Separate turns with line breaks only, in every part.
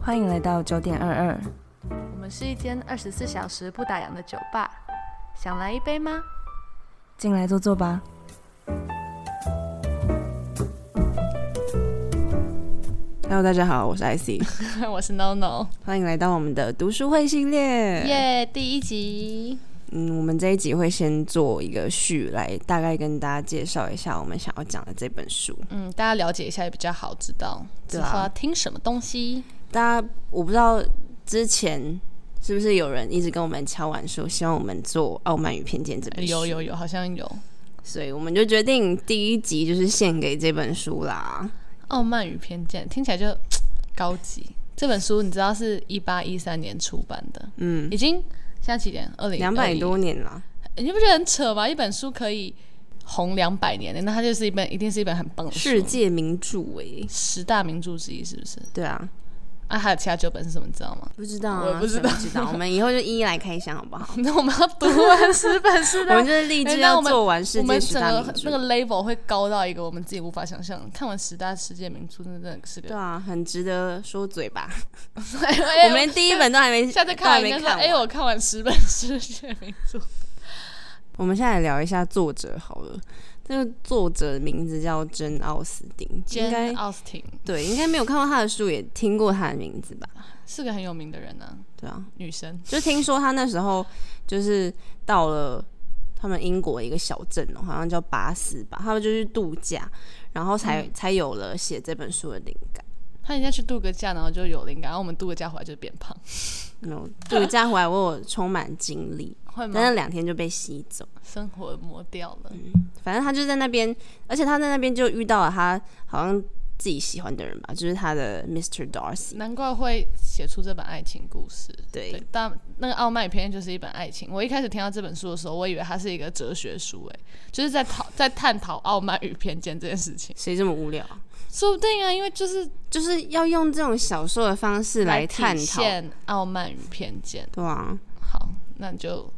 欢迎来到九点二二，
我们是一间二十四小时不打烊的酒吧，想来一杯吗？
进来坐坐吧。
Hello，大家好，我 是 IC，
我是 No No，
欢迎来到我们的读书会系列。
耶第一集。
嗯，我们这一集会先做一个序，来大概跟大家介绍一下我们想要讲的这本书。
嗯，大家了解一下也比较好知道之
对
后
啊
要听什么东西。
大家我不知道之前是不是有人一直跟我们敲碗说，希望我们做《傲慢与偏见》这本
哎
书，
有有有，好像有《
所以我们就决定第一集就是献给这本书啦。
傲慢与哦偏见》，听起来就高级。这本书你知道是一八一三年出版的，
嗯，
已经现在几年？二零
两百多年啦，
你不觉得很扯吗？一本书可以红两百年的，那它就是一本，一定是一本很棒的书。
世界名著诶、
十大名著之一，是不是？
对啊，
啊，还有其他九本是什么，你知道吗？
不知道啊，
我也不知
谁知道，我们以后就一一来开箱好不 好？
那我们要读完十本是
我
的
们，就是立
哎
志
那
要
我们
做完世
我
界
们
十
整
大
个
名著
那。个 level 会高到一个我们自己无法想象。看完十大世界名著，那真的是
对
个。
啊，很值得说嘴吧。
哎
我们连第一本都还没，
下次
都
看
还
完
没
应该说，
看
哎，
完。
我看完十本世界名著。
我们现在来聊一下作者好了。这个作者的名字叫珍·奥斯汀，应该
简奥斯汀
对，应该没有看过他的书，也听过他的名字吧？
是个很有名的人呢，
对啊，
女生。
就听说他那时候就是到了他们英国一个小镇哦、好像叫巴斯吧，他们就去度假，然后才、才有了写这本书的灵感。
她人家去度个假，然后就有灵感，然后我们度个假回来就变胖，
没有度假回来，我有充满精力，
会
但
吗？
是两天就被吸走。
生活磨掉了。
反正他就在那边，而且他在那边就遇到了他好像自己喜欢的人吧，就是他的 Mr. Darcy。
难怪会写出这本爱情故事。对
对，，
但那个《傲慢与偏见》就是一本爱情。我一开始听到这本书的时候，我以为它是一个哲学书，哎，就是在讨在探讨傲慢与偏见这件事情。
谁这么无聊啊？
说不定啊，因为就是
就是要用这种小说的方式来
体
探讨，
现傲慢与偏见。
对啊，
好，那你就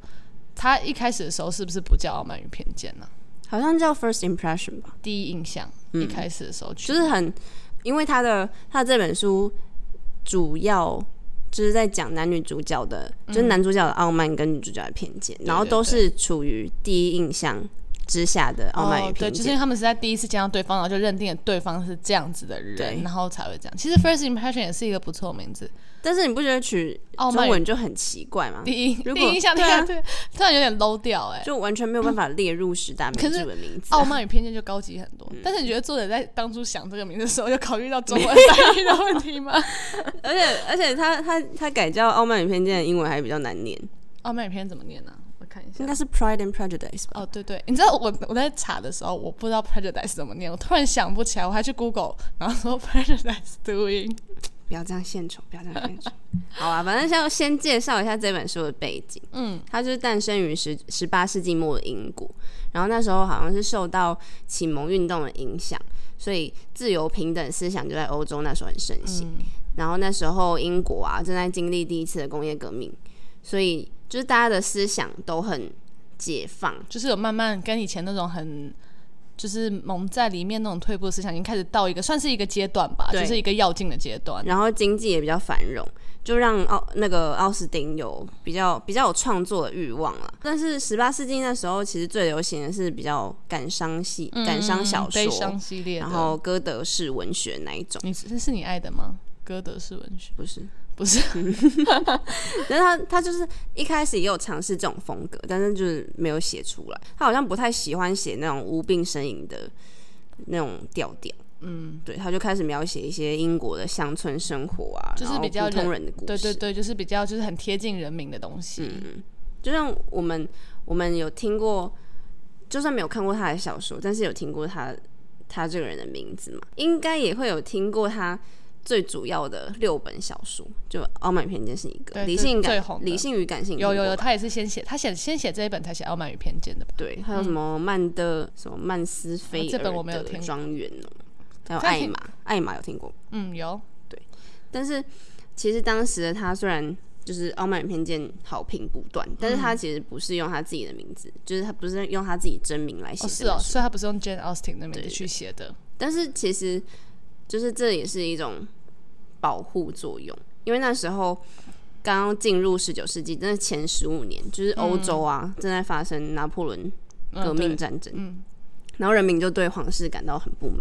它一开始的时候是不是不叫《傲慢与偏见》呢？
好像叫 First Impression 吧，
第一印象，一开始的时候
嗯就
就是
很，因为他的他这本书主要。就是在讲男女主角的，就是男主角的傲慢跟女主角的偏见，然后
嗯对
都是处于第一印象之下的傲慢与
哦，对，
偏
就是因
见。
为他们是在第一次见到对方，然后就认定了对方是这样子的人，
对
然后才会这样。其实 first impression 也是一个不错的名字，
但是你不觉得取
傲慢
中
与
文就很奇怪吗？
第一
如果
第一印象，
对啊
对啊， 突然有点 low 掉哎、
就完全没有办法列入十大名著的名字。
傲慢与偏见就高级很多，
嗯
但是你觉得作者在当初想这个名字的时候，有考虑到中 文翻译的问题吗？
而且而且他他他改叫《傲慢与偏见》的英文还比较难念，
傲慢与偏见怎么念呢、啊我看一下
应。该是 Pride and Prejudice 吧？
哦，对对，你知道我我在查的时候，我不知道 prejudice 怎么念，我突然想不起来，我还去 Google，然 后说 prejudice 读音。
不要这样献丑，不要这样献丑。 好啊，反正先先介绍一下这本书的背景。
嗯，
它就是诞生于十十八世纪末的英国，然后那时候好像是受到启蒙运动的影响，所以自由平等思想就在欧洲那时候很盛行。
嗯，
然后那时候英国啊正在经历第一次的工业革命，所以就是大家的思想都很解放，
就是有慢慢跟以前那种很。就是蒙在里面那种退步思想，已经开始到一个算是一个阶段吧，
对
就是一个要进的阶段。
然后经济也比较繁荣，就让奥那个奥斯汀有比较比较有创作的欲望了。但是十八世纪那时候其实最流行的是比较感伤系、感伤小
嗯悲伤
说，
系列的。嗯
然后歌德式文学那一种，
你这是你爱的吗？歌德式文学
不是？
不是
但是他他就是一开始也有尝试这种风格，但是就是没有写出来。他好像不太喜欢写那种无病呻吟的那种调调。嗯，对，他就开始描写一些英国的乡村生活啊，
就是
然后
比较
普通
人
人的故事。
对对对，就是比较就是很贴近人民的东西。
嗯就像我们我们有听过，就算没有看过他的小说，但是有听过他他这个人的名字嘛，应该也会有听过他最主要的六本小说，就《傲慢与偏见》是一
对
个，理性
最
感
红的
理性与感性
有有有，
英国版
他也是先写，他写先写这一本才写《傲慢与偏见》的吧？
对，还有什么曼德、什么曼斯菲
嗯啊这本我
尔
没有
的
听过
庄园哦，还有
这
艾
听
玛，艾玛有听过，
嗯，有。
但是其实当时的他虽然就是《傲慢与偏见》好评不断，但是
嗯
他其实不是用他自己的名字，就是他不是用他自己真名来写
哦，
这
是
本
哦，
书
所以他不是用 Jane Austen 的名字
对
去写的。
但是其实就是这也是一种保护作用，因为那时候刚刚进入十九世纪，真的前十五年，就是欧洲啊、正在发生拿破仑
嗯
革命
对
战争，
嗯
然后人民就对皇室感到很不满，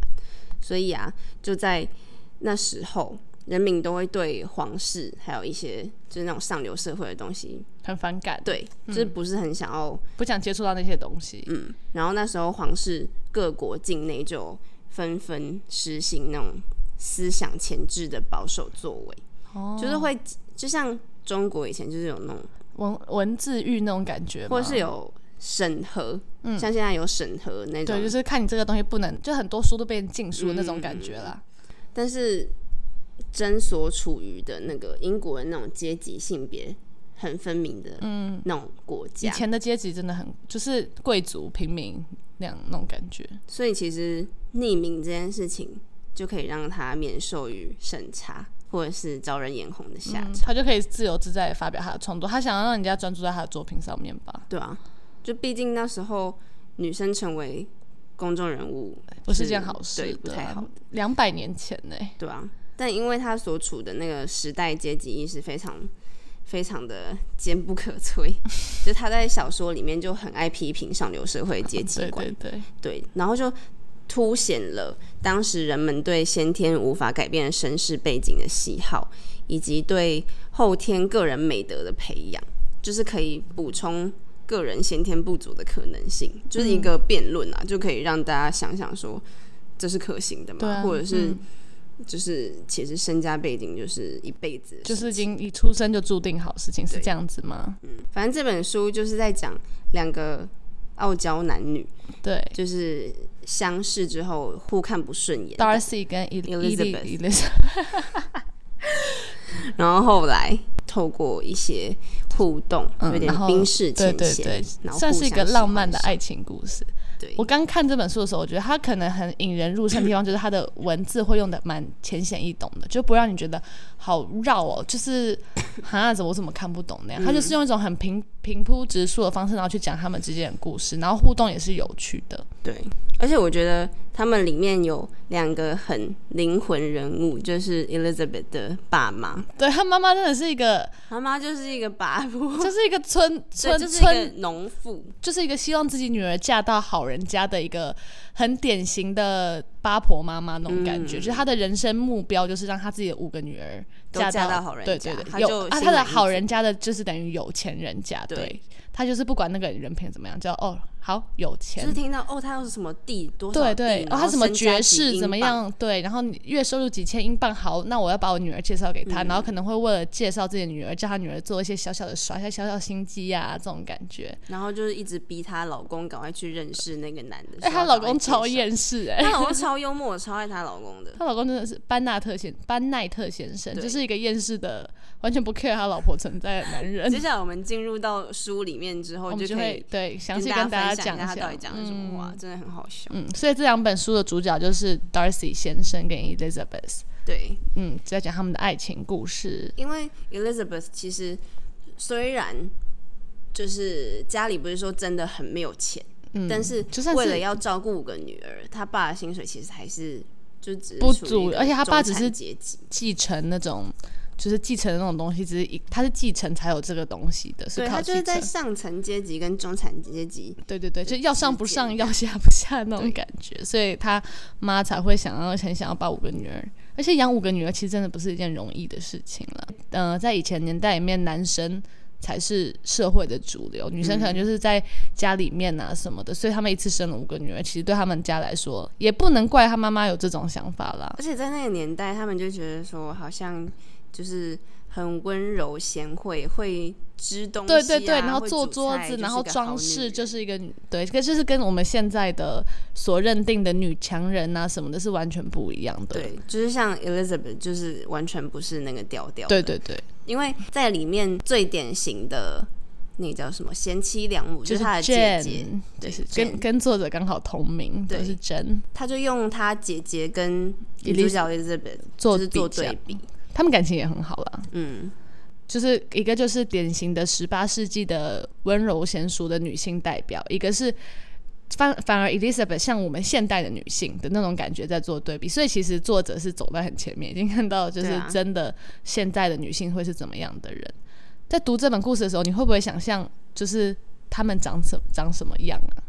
所以啊，就在那时候，人民都会对皇室还有一些就是那种上流社会的东西，
很反感，，
对，就是不是很想要
不想接触到那些东西，
嗯，然后那时候皇室各国境内就纷纷实行那种思想前置的保守作为，
哦
就是会就像中国以前就是有那种，
文文字狱那种感觉吗，
或者是有审核，
嗯
像现在有审核那种，
对，就是看你这个东西不能，就很多书都被禁书那种感觉
嗯
啦。
但是真所处于的那个英国的那种阶级性别很分明的
嗯，
那种国
以
家，
前的阶级真的很就是贵族、平民那样那种感觉。
所以其实匿名这件事情就可以让他免受于审查或者是招人眼红的下场。
嗯他就可以自由自在地发表他的创作，他想要让人家专注在他的作品上面吧，
对啊，就毕竟那时候女生成为公众人物，
不是件好事
对
的，啊
不太好的
两百年前呢、
对啊。但因为她所处的那个时代阶级意识非常非常的坚不可 摧，就她在小说里面就很爱批评上流社会阶级
对
观
对，对，
对，然后就凸显了当时人们对先天无法改变的身世背景的喜好，以及对后天个人美德的培养，就是可以补充个人先天不足的可能性，就是一
嗯
个辩论啊，就可以让大家想想说这是可行的嘛，
对啊
或者是、
嗯
就是其实身家背景就是一辈子的
就是
事
已
情
经一出生就注定好事情，是
对嗯
这样子吗？
反正这本书就是在讲两个傲娇男女，
对
就是相识之后互看不顺眼，
，Darcy 跟 E
Elizabeth
e l
然后后来透过一些互动，
嗯
有点
然后
冰释
对
前
对
嫌，
对
然，后
算
互
是一
相
个
喜
浪
欢
漫的
上
爱情故事。
对
我刚看这本书的时候，我觉得它可能很引人入胜的地方，就是它的文字会用的蛮浅显易懂的，就不让你觉得好绕哦，就是 啊，怎么我怎么看不懂那
嗯
样。它就是用一种很平平铺直述的方式，然后去讲他们之间的故事，然后互动也是有趣的。
对。而且我觉得他们里面有两个很灵魂人物，就是 Elizabeth 的爸妈，
对他妈妈真的是 一个，
他妈就是一个跋 扈，
就是一个村
对，
村
就是一
村，
个农妇，
就是一个希望自己女儿嫁到好人家的一个很典型的八婆妈妈那种感觉，
嗯
就是她的人生目标就是让她自己的五个女儿
都
嫁
嫁到好人
对
家
对
她
对，
就
有啊，
心
她的
满意
好
足
人家的就是等于有钱人家，
对
对，她就是不管那个人品怎么样，叫哦好有
就
钱
是。听到哦，他又是什么地多少
对
地，
对，哦，
然
她
后
什么
身家
爵
几
士
英
怎么
镑？
样？对，然后你月收入几千英镑，好，那我要把我女儿介绍给
嗯
她，然后可能会为了介绍自己的女儿，叫她女儿做一些小小的耍一下小小心机呀、这种感觉。
然后就是一直逼她老公赶快去认识那个男的。
哎，
说要
她老
赶快
公
介
超
绍，
厌世哎、
她老公超幽默，我超爱她老公的。
她老公真的是班纳特先班奈特先生，
对
就是一个厌世的，完全不 care 他老婆存在的男人
接。下来我们进入到书里面之后，
我们
就
就
可
会
以
对详细
跟
跟
分
大家
享
讲
一
一
下他
下
到底讲了什么话，真的很好笑。
嗯，所以这两本书的主角就是 Darcy 先生跟 Elizabeth，
对，
嗯，在讲他们的爱情故事。
因为 Elizabeth 其实虽然就是家里不是说真的很没有钱，
嗯，
但是
就算
为了
是
要照顾五个女儿，他爸的薪水其实还是就只是
不
处于
足
一个
而且他爸
中
只
产
是
阶级，
继承那种，就是继承的那种东西，只是一他是继承才有这个东西的，是
对
靠
他
继
就是在
承。
上层阶级跟中产阶级
对对对，就要上不
之
上，
间
要下不下那种
对
感觉，所以他妈才会想要很想要把五个女儿，而且养五个女儿其实真的不是一件容易的事情了。嗯、在以前年代里面，男生才是社会的主流，女生可
嗯
能就是在家里面啊什么的，所以他们一次生了五个女儿，其实对他们家来说，也不能怪他妈妈有这种想法啦。
而且在那个年代，他们就觉得说，好像就是很温柔贤惠，会织东西、啊，
对对对，然后
会
做
煮
桌
菜
子，
就是
然后
个好
装饰，
女
就
人
是一个女对，这就是跟我们现在的所认定的女强人啊什么的是完全不一样的。
对，就是像 Elizabeth，就是完全不是那个调调。
对，对对，
因为在里面最典型的那个叫什么贤妻良母，就是
是
她的姐
Jen，
姐，对
就是
，Jen
跟跟作者刚好同名，
对
都是真。
她就用她姐姐跟女主角 Elizabeth
做
就是做
比较
对比，
他们感情也很好啦，
嗯，
就是一个就是典型的十八世纪的温柔贤淑的女性代表，一个是反反而 Elizabeth 像我们现代的女性的那种感觉在做对比，所以其实作者是走在很前面，已经看到就
对
是
啊
真的现在的女性会是怎么样的人。在读这本故事的时候，你会不会想象就是她们长什长什么样啊？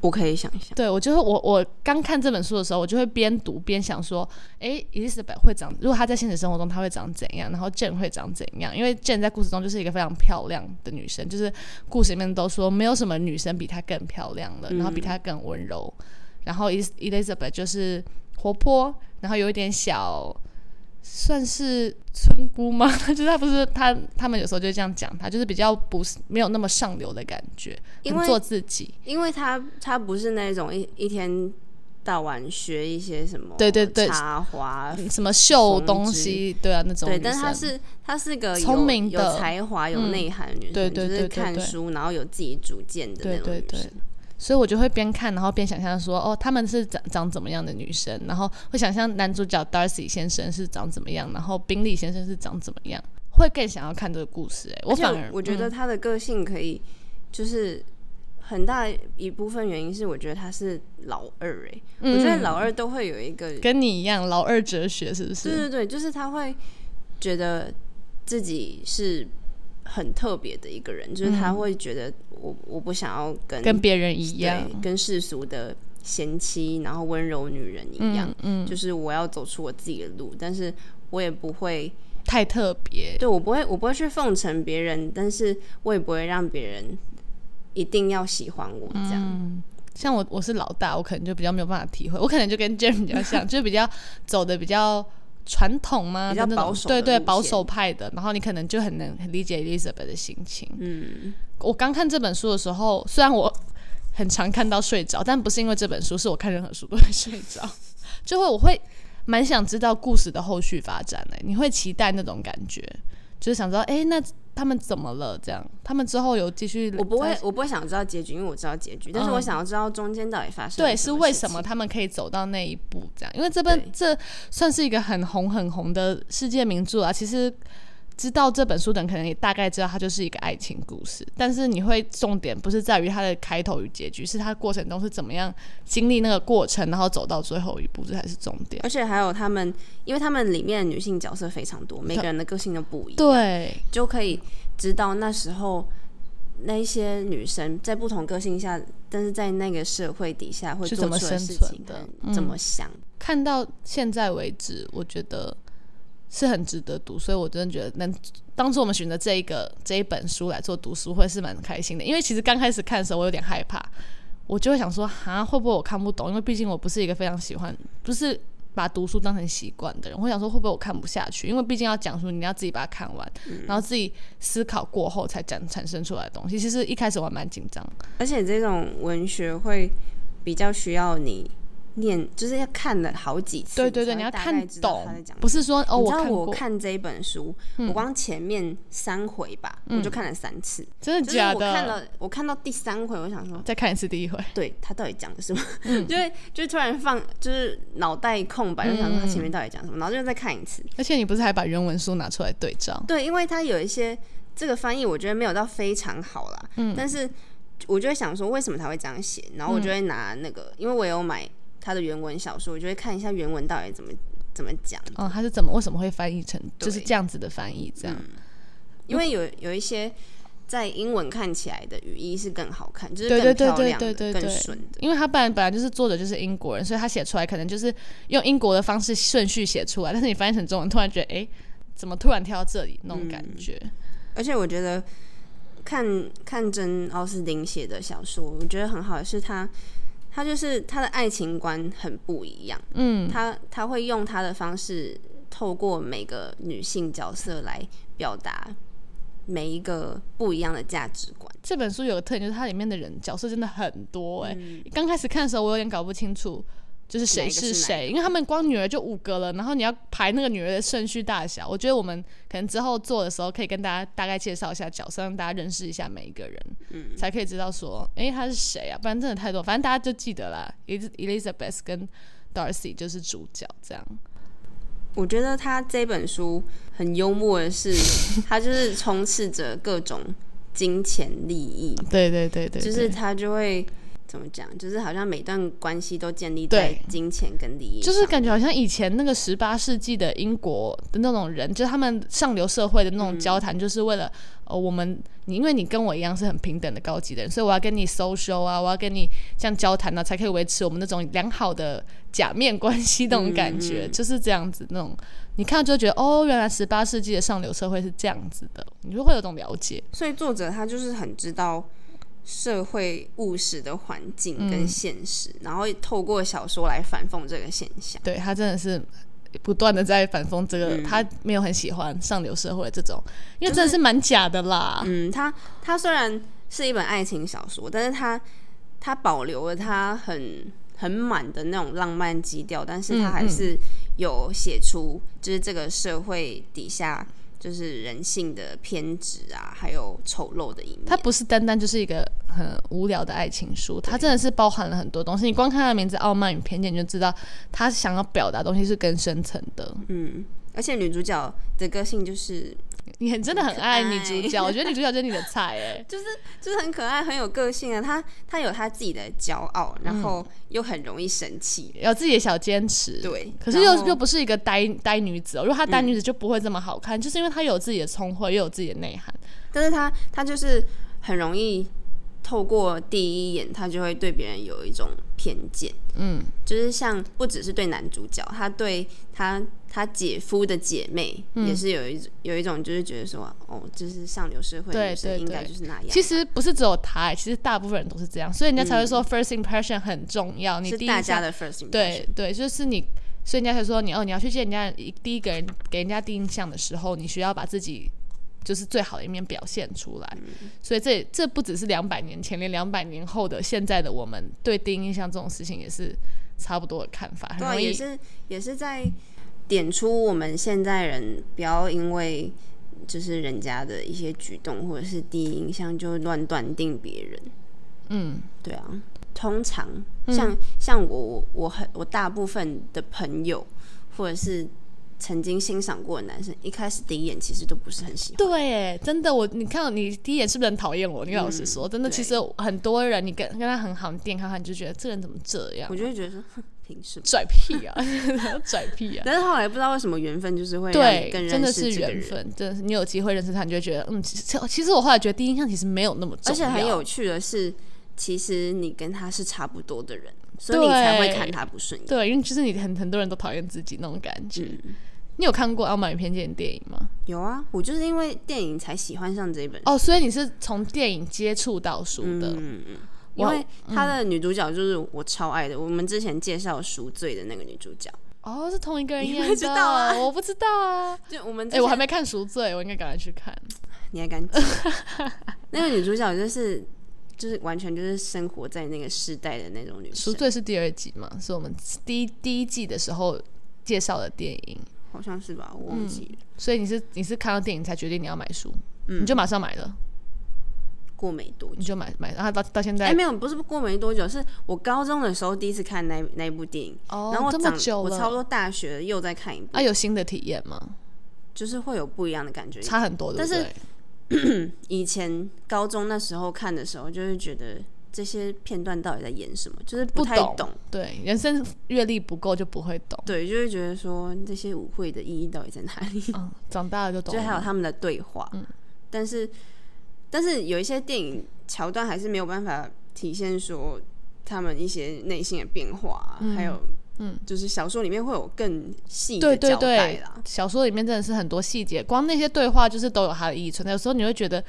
我可以想一想，
对我就会我我刚看这本书的时候，我就会边读边想说，诶 e l i z a b e t h 会长，如果她在现实生活中她会长怎样，然后 Jane 会长怎样？因为 Jane 在故事中就是一个非常漂亮的女生，就是故事里面都说没有什么女生比她更漂亮了，然后
嗯
比她更温柔。然后 Elis- Elizabeth 就是活泼，然后有一点小。算是村姑吗？ 就是她不是她，他们有时候就这样讲她，就是比较不是没有那么上流的感觉，
因
很
为
做自己。
因为他他不是那种一一天到晚学一些什么
对对对
插花，
什么秀东西，对啊，那种
对，
女
但他
生
是他是个有
聪明的嗯
有才华、有内涵的女生，
对对
就
对
是
对
看
对
书然后有自己主见的那
对
种
对
女
对
生。，
所以我就会边看，然后边想象说，哦，她们是长长怎么样的女生，然后会想象男主角 Darcy 先生是长怎么样，然后宾利先生是长怎么样，会更想要看这个故事、哎，我
而且
反而
我觉得他的个性可以，就是很大一部分原因是我觉得他是老二哎、
嗯
我觉得老二都会有一个，对
跟你一样，老二哲学是不是？
对对，就是他会觉得自己是很特别的一个人，就是他会觉得我我不想要跟
嗯跟别人一
对
样，
跟世俗的贤妻，然后温柔女人一样，嗯，就是我要走出我自己的路，但是我也不会。
太特别，
对我不会，我不会去奉承别人，但是我也不会让别人一定要喜欢我这样。
嗯像我我是老大，我可能就比较没有办法体会，我可能就跟 j e r e 比 较像，就是比较走的比较传统嘛，
比较
那种
保守的
对对
路
保
线
守派的，然后你可能就很能很理解 Elizabeth 的心情。
嗯，
我刚看这本书的时候，虽然我很常看到睡着，但不是因为这本书，是我看任何书都会睡着， 就会我会蛮想知道故事的后续发展的、你会期待那种感觉，就是想知道，哎、那他们怎么了？这样，他们之后有继续？
我不会，我不会想知道结局，因为我知道结局，但是我想要知道中间到底发生了
嗯对，是为什么
事情？
他们可以走到那一步？这样，因为这本
对
这算是一个很红很红的世界名著啊。其实知道这本书的人，可能也大概知道它就是一个爱情故事。但是你会重点不是在于它的开头与结局，是它过程中是怎么样经历那个过程，然后走到最后一步，这才是重点。
而且还有他们，因为他们里面的女性角色非常多，每个人的个性都不一样，
对，
就可以知道那时候那一些女生在不同个性下，但是在那个社会底下会
是
做
怎么
出的
生
事
存
情
的，嗯
怎么想。
看到现在为止，我觉得是很值得读，所以我真的觉得能当初我们选择这一个这一本书来做读书会是蛮开心的，因为其实刚开始看的时候我有点害怕，我就会想说哈会不会我看不懂？因为毕竟我不是一个非常喜欢，不是把读书当成习惯的人，我会想说会不会我看不下去？因为毕竟要讲书，你要自己把它看完，
嗯
然后自己思考过后才讲产生出来的东西。其实一开始我还蛮紧张，
而且这种文学会比较需要你念，就是要看了好几次，
对对对，
才会
你要
大
看
概知道
懂
他在讲，
不是说哦
什么。你知
我
道
看
我
过，嗯
看这一本书，我光前面三回吧，我就看了三次。
真的
就是
假
我
的？
看了，我看到第三回，我想说，
再看一次第一回。
对他到底讲的什么？
嗯
就会就突然放，就是脑袋空白，就想说
嗯
他前面到底讲什么，然后就再看一次。
而且你不是还把原文书拿出来对照？
对，因为它有一些这个翻译，我觉得没有到非常好啦。嗯，但是我就会想说，为什么他会这样写？然后
嗯
我就会拿那个，因为我有买他的原文小说，我就会看一下原文到底怎么怎么讲。
嗯，他是怎么为什么会翻译成
对
就是这样子的翻译？这样、
因为有有一些在英文看起来的语义是更好看，就是
对
更
对对
漂
对
亮的、
对对
更
对
顺的。
因为他本来本来就是作者就是英国人，所以他写出来可能就是用英国的方式顺序写出来，但是你翻译成中文，突然觉得哎、诶怎么突然跳到这里那种感觉？
而且我觉得看看珍奥斯汀写的小说，我觉得很好的是他。他就是他的爱情观很不一样，
嗯，
他他会用他的方式，透过每个女性角色来表达每一个不一样的价值观。
这本书有个特点就是它里面的人角色真的很多哎、刚开始看的时候我有点搞不清楚。就是谁
嗯哪个是
是
哪
谁，因为他们光女儿就五个了，然后你要排那个女儿的顺序大小，我觉得我们可能之后做的时候可以跟大家大概介绍一下角色，让大家认识一下每一个人，
嗯
才可以知道说，诶，他是谁啊？不然真的太多，反正大家就记得啦，Eliz-，Elizabeth 跟 Darcy 就是主角这样。
我觉得他这本书很幽默的是，他就是充斥着各种金钱利益，
对对对对
就是他就会怎么讲，就是好像每段关系都建立在
对
金钱跟利益上，
就是感觉好像以前那个十八世纪的英国的那种人，就是他们上流社会的那种交谈，就是为了、呃我们你，因为你跟我一样是很平等的高级的人，所以我要跟你 social 啊，我要跟你这样交谈啊，才可以维持我们那种良好的假面关系那种感觉，就是这样子那种。你看就觉得哦，原来十八世纪的上流社会是这样子的，你就会有种了解。
所以作者他就是很知道社会务实的环境
嗯
跟现实，然后透过小说来反讽这个现象。
对他真的是不断的在反讽这个，他没有很喜欢上流社会这种，因为真的是蛮假的啦。
嗯，他他虽然是一本爱情小说，但是他他保留了他很很满的那种浪漫基调，但
嗯
是他还是有写出就是这个社会底下就是人性的偏执啊，还有丑陋的一面。
它不是单单就是一个很无聊的爱情书，它真的是包含了很多东西。你光看它的名字《傲慢与偏见》，你就知道他想要表达的东西是更深层的。
嗯，而且女主角的个性就是
你很真的很爱
可爱
女主角，我觉得女主角就是你的菜哎、
就是就是很可爱，很有个性啊。她她有她自己的骄傲，
嗯
然后又很容易生气。
有自己的小坚持。
对
可是
然后嗯
又又不是一个呆呆女子、哦，如果她呆女子就不会这么好看，就是因为她有自己的聪慧，又有自己的内涵。
但是她她就是很容易透过第一眼，她就会对别人有一种偏见。
嗯，
就是像不只是对男主角，她对她她姐夫的姐妹、
嗯
也是有一种有一种就是觉得说哦，就是上流社会的
对
女生
对
应该
对
就是那样。
其实不是只有她、哎其实大部分人都是这样，所以人家才会说 first impression 很重要。你
嗯是
第一
大
下
家的 first impression，
对对，就是你，所以人家才说你哦，你要去见人家一第一个人给人家第一印象的时候，你需要把自己就是最好的一面表现出来。
嗯
所以这这不只是两百年前，连两百年后的现在的我们对第一印象这种事情也是差不多的看法，很
对啊，
容
也
易
是也是在点出我们现在人不要因为就是人家的一些举动或者是第一印象就乱断定别人。
嗯
对啊，通常像、像我我我很我大部分的朋友或者是曾经欣赏过的男生，一开始第一眼其实都不是很喜欢。
对耶，真的，我你看到你第一眼是不是很讨厌我？你老实说，真的，
嗯对
其实很多人你跟跟他很好，你电看看你就觉得这人怎么这样
我，就会觉得说，哼凭什么？
拽屁啊， 拽屁啊。
但是后来不知道为什么缘分就是会让你
对，
更
真
认
的
识
是
这个
缘
人。
分，真的是你有机会认识他，你就会觉得，嗯，其实其实我后来觉得第一印象其实没有那么重要，
而且很有趣的是，其实你跟他是差不多的人，所以你
对
才会看他不顺眼。
对，因为就是你很很多人都讨厌自己那种感觉。
嗯
你有看过《傲慢与偏见》的电影吗？
有啊，我就是因为电影才喜欢上这一本书。
哦，所以你是从电影接触到书的，
嗯嗯，因
我
为他的女主角就是我超爱的，我们之前介绍《赎罪》的那个女主角，
哦，是同一个人
你
演
不
的，
知道啊
我不知道 啊。
就我们之
哎、
前
我还没看《赎罪》，我应该赶快去看。
你还敢讲？ 那个女主角就是就是完全就是生活在那个时代的那种女
《赎
生，
罪》是第二集嘛，是我们第一第一季的时候介绍的电影，
好像是吧？我忘记了，
所以你是你是看到电影才决定你要买书，
嗯
你就马上买了，
过没多久。
你就买买，然后到到现在
哎、没有，不是过没多久，是我高中的时候第一次看那那一部电影，
哦，
然后我
这么
长
久
我
了，
差不多大学又在看一部，
啊，有新的体验吗？
就是会有不一样的感觉。
差很多，对
但
不
是
对
以前高中那时候看的时候，就会觉得这些片段到底在演什么，就是
不
太
懂对，人生阅历不够就不会懂。
对，就会觉得说这些舞会的意义到底在哪里？
嗯，长大了就懂嗯
就
了。
还有他们的对话，但是但是有一些电影桥段还是没有办法体现说他们一些内心的变化啊、还有嗯，就是小说里面会有更细的
对对
交代
对
啦。，
小说里面真的是很多细节，光那些对话就是都有它的意义存在。有时候你会觉得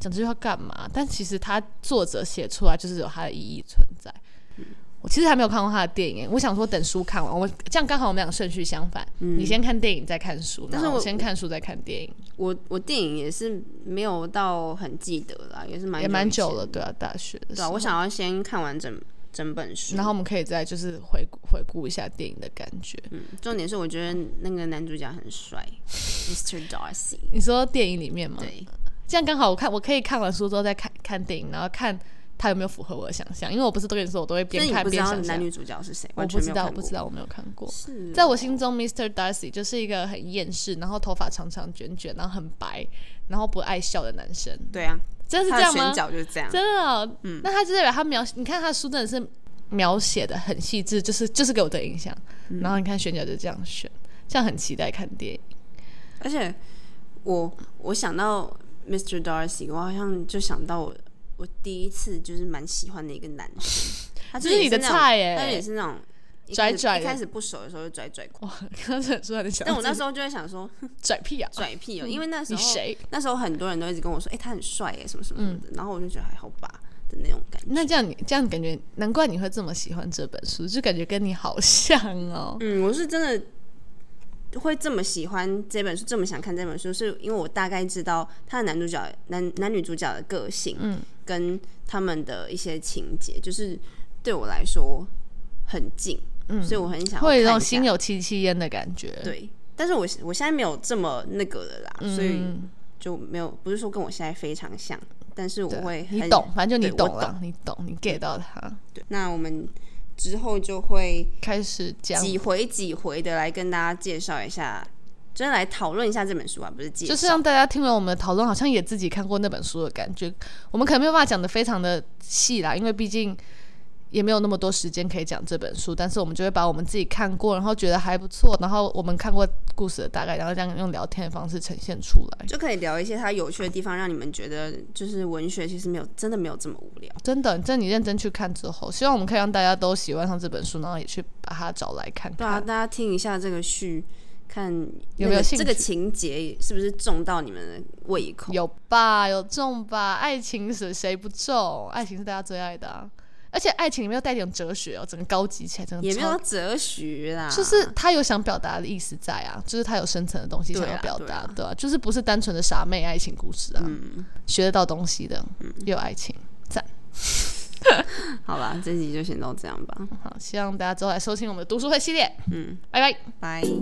讲这句话干嘛？但其实他作者写出来就是有它的意义存在。
嗯
我其实还没有看过他的电影，欸我想说等书看完，我这样刚好我们俩顺序相反，你先看电影再看书，
嗯但
然
是
后我
我
先看书再看电影，
我我电影也是没有到很记得啦，也是蛮
也蛮
以前
久了，对啊，大学的时
对啊，
候
我想要先看完整整本书，
然后我们可以再就是回顾回顾一下电影的感觉。
嗯，重点是我觉得那个男主角很 帅，Mr. Darcy。
你说电影里面吗？
对，
这样刚好，我看我可以看完书之后再看看电影，然后看他有没有符合我的想象，因为我不是都跟你说，我都会
所
边
以你
看
不知
边
道
想象
男。女主角是谁，
我
完
不
全没
知
有
道，
看
我
过。
不知道，我没有看过。
是哦
在我心中，Mr. Darcy 就是一个很厌世，然后头发长长卷卷，然后很白，然后不爱笑的男生。
对啊，
真的是
他的
这样
选
吗？
角嗯就是这样。
真的、哦，那他就代表他描，你看他的书真的是描写的很细致，就是就是给我的印象。
嗯
然后你看选角就这样选，这样很期待看电影。
而且我我想到 Mr. Darcy，我好像就想到我我第一次就是蛮喜欢的一个男生，他
啊这
就是也
你的
那种
菜耶
他也是那种一
哎
开始一
拽拽的哦
开始不熟的时候就拽拽狂，
哇， 刚才说很想，
但我那时候就会想说
拽屁啊，
拽屁哦，因为那时
你
候
谁？
那时候很多人都一直跟我说，哎、他很帅哎，什么什么什
嗯
么的，然后我就觉得还好吧的那种感觉。
那这样你这样感觉，难怪你会 这么喜欢这本书，就感觉跟你好像哦。
嗯，我是真的会这么喜欢这本书，这么想看这本书，是因为我大概知道他的男主角、男男女主角的个性，嗯，跟他们的一些情节，就是对我来说很近，嗯，所以我很想要
会有一
看
种
下
心有戚戚焉的感觉。，
对，但是我我现在没有这么那个了啦，
嗯
所以就没有不是说跟我现在非常像，但是我会很
你懂，反正就你
对我
懂了，你懂，你 get 到它，
对那我们之后就会
开始讲，
几回几回的来跟大家介绍一下，就是来讨论一下这本书啊，不是介绍，
就是让大家听了我们的讨论，好像也自己看过那本书的感觉。我们可能没有办法讲的非常的细啦，因为毕竟也没有那么多时间可以讲这本书，但是我们就会把我们自己看过，然后觉得还不错，然后我们看过故事的大概，然后这样用聊天的方式呈现出来。
就可以聊一些它有趣的地方，让你们觉得就是文学其实没有真的没有这么无聊。
真的，真的你认真去看之后，希望我们可以让大家都喜欢上这本书，然后也去把它找来看
对啊，
看。
大家听一下这个序，看
有
那
没有
个
兴
这个
趣
情节是不是中到你们的胃口？
有吧，有中吧？爱情是谁不中？爱情是大家最爱的、啊，而且爱情里面又带点哲学哦，整个高级起来，整个
也没
超
有哲学啦，
就是他有想表达的意思在啊，就是他有深层的东西想要表
对
达
啊对嗯啊
对啊，就是不是单纯的傻妹爱情故事啊，学得到东西的，
嗯
也有爱情，赞。
好吧，这集就先到这样吧，
好，希望大家之后来收听我们的读书会系列，嗯，拜拜。
拜。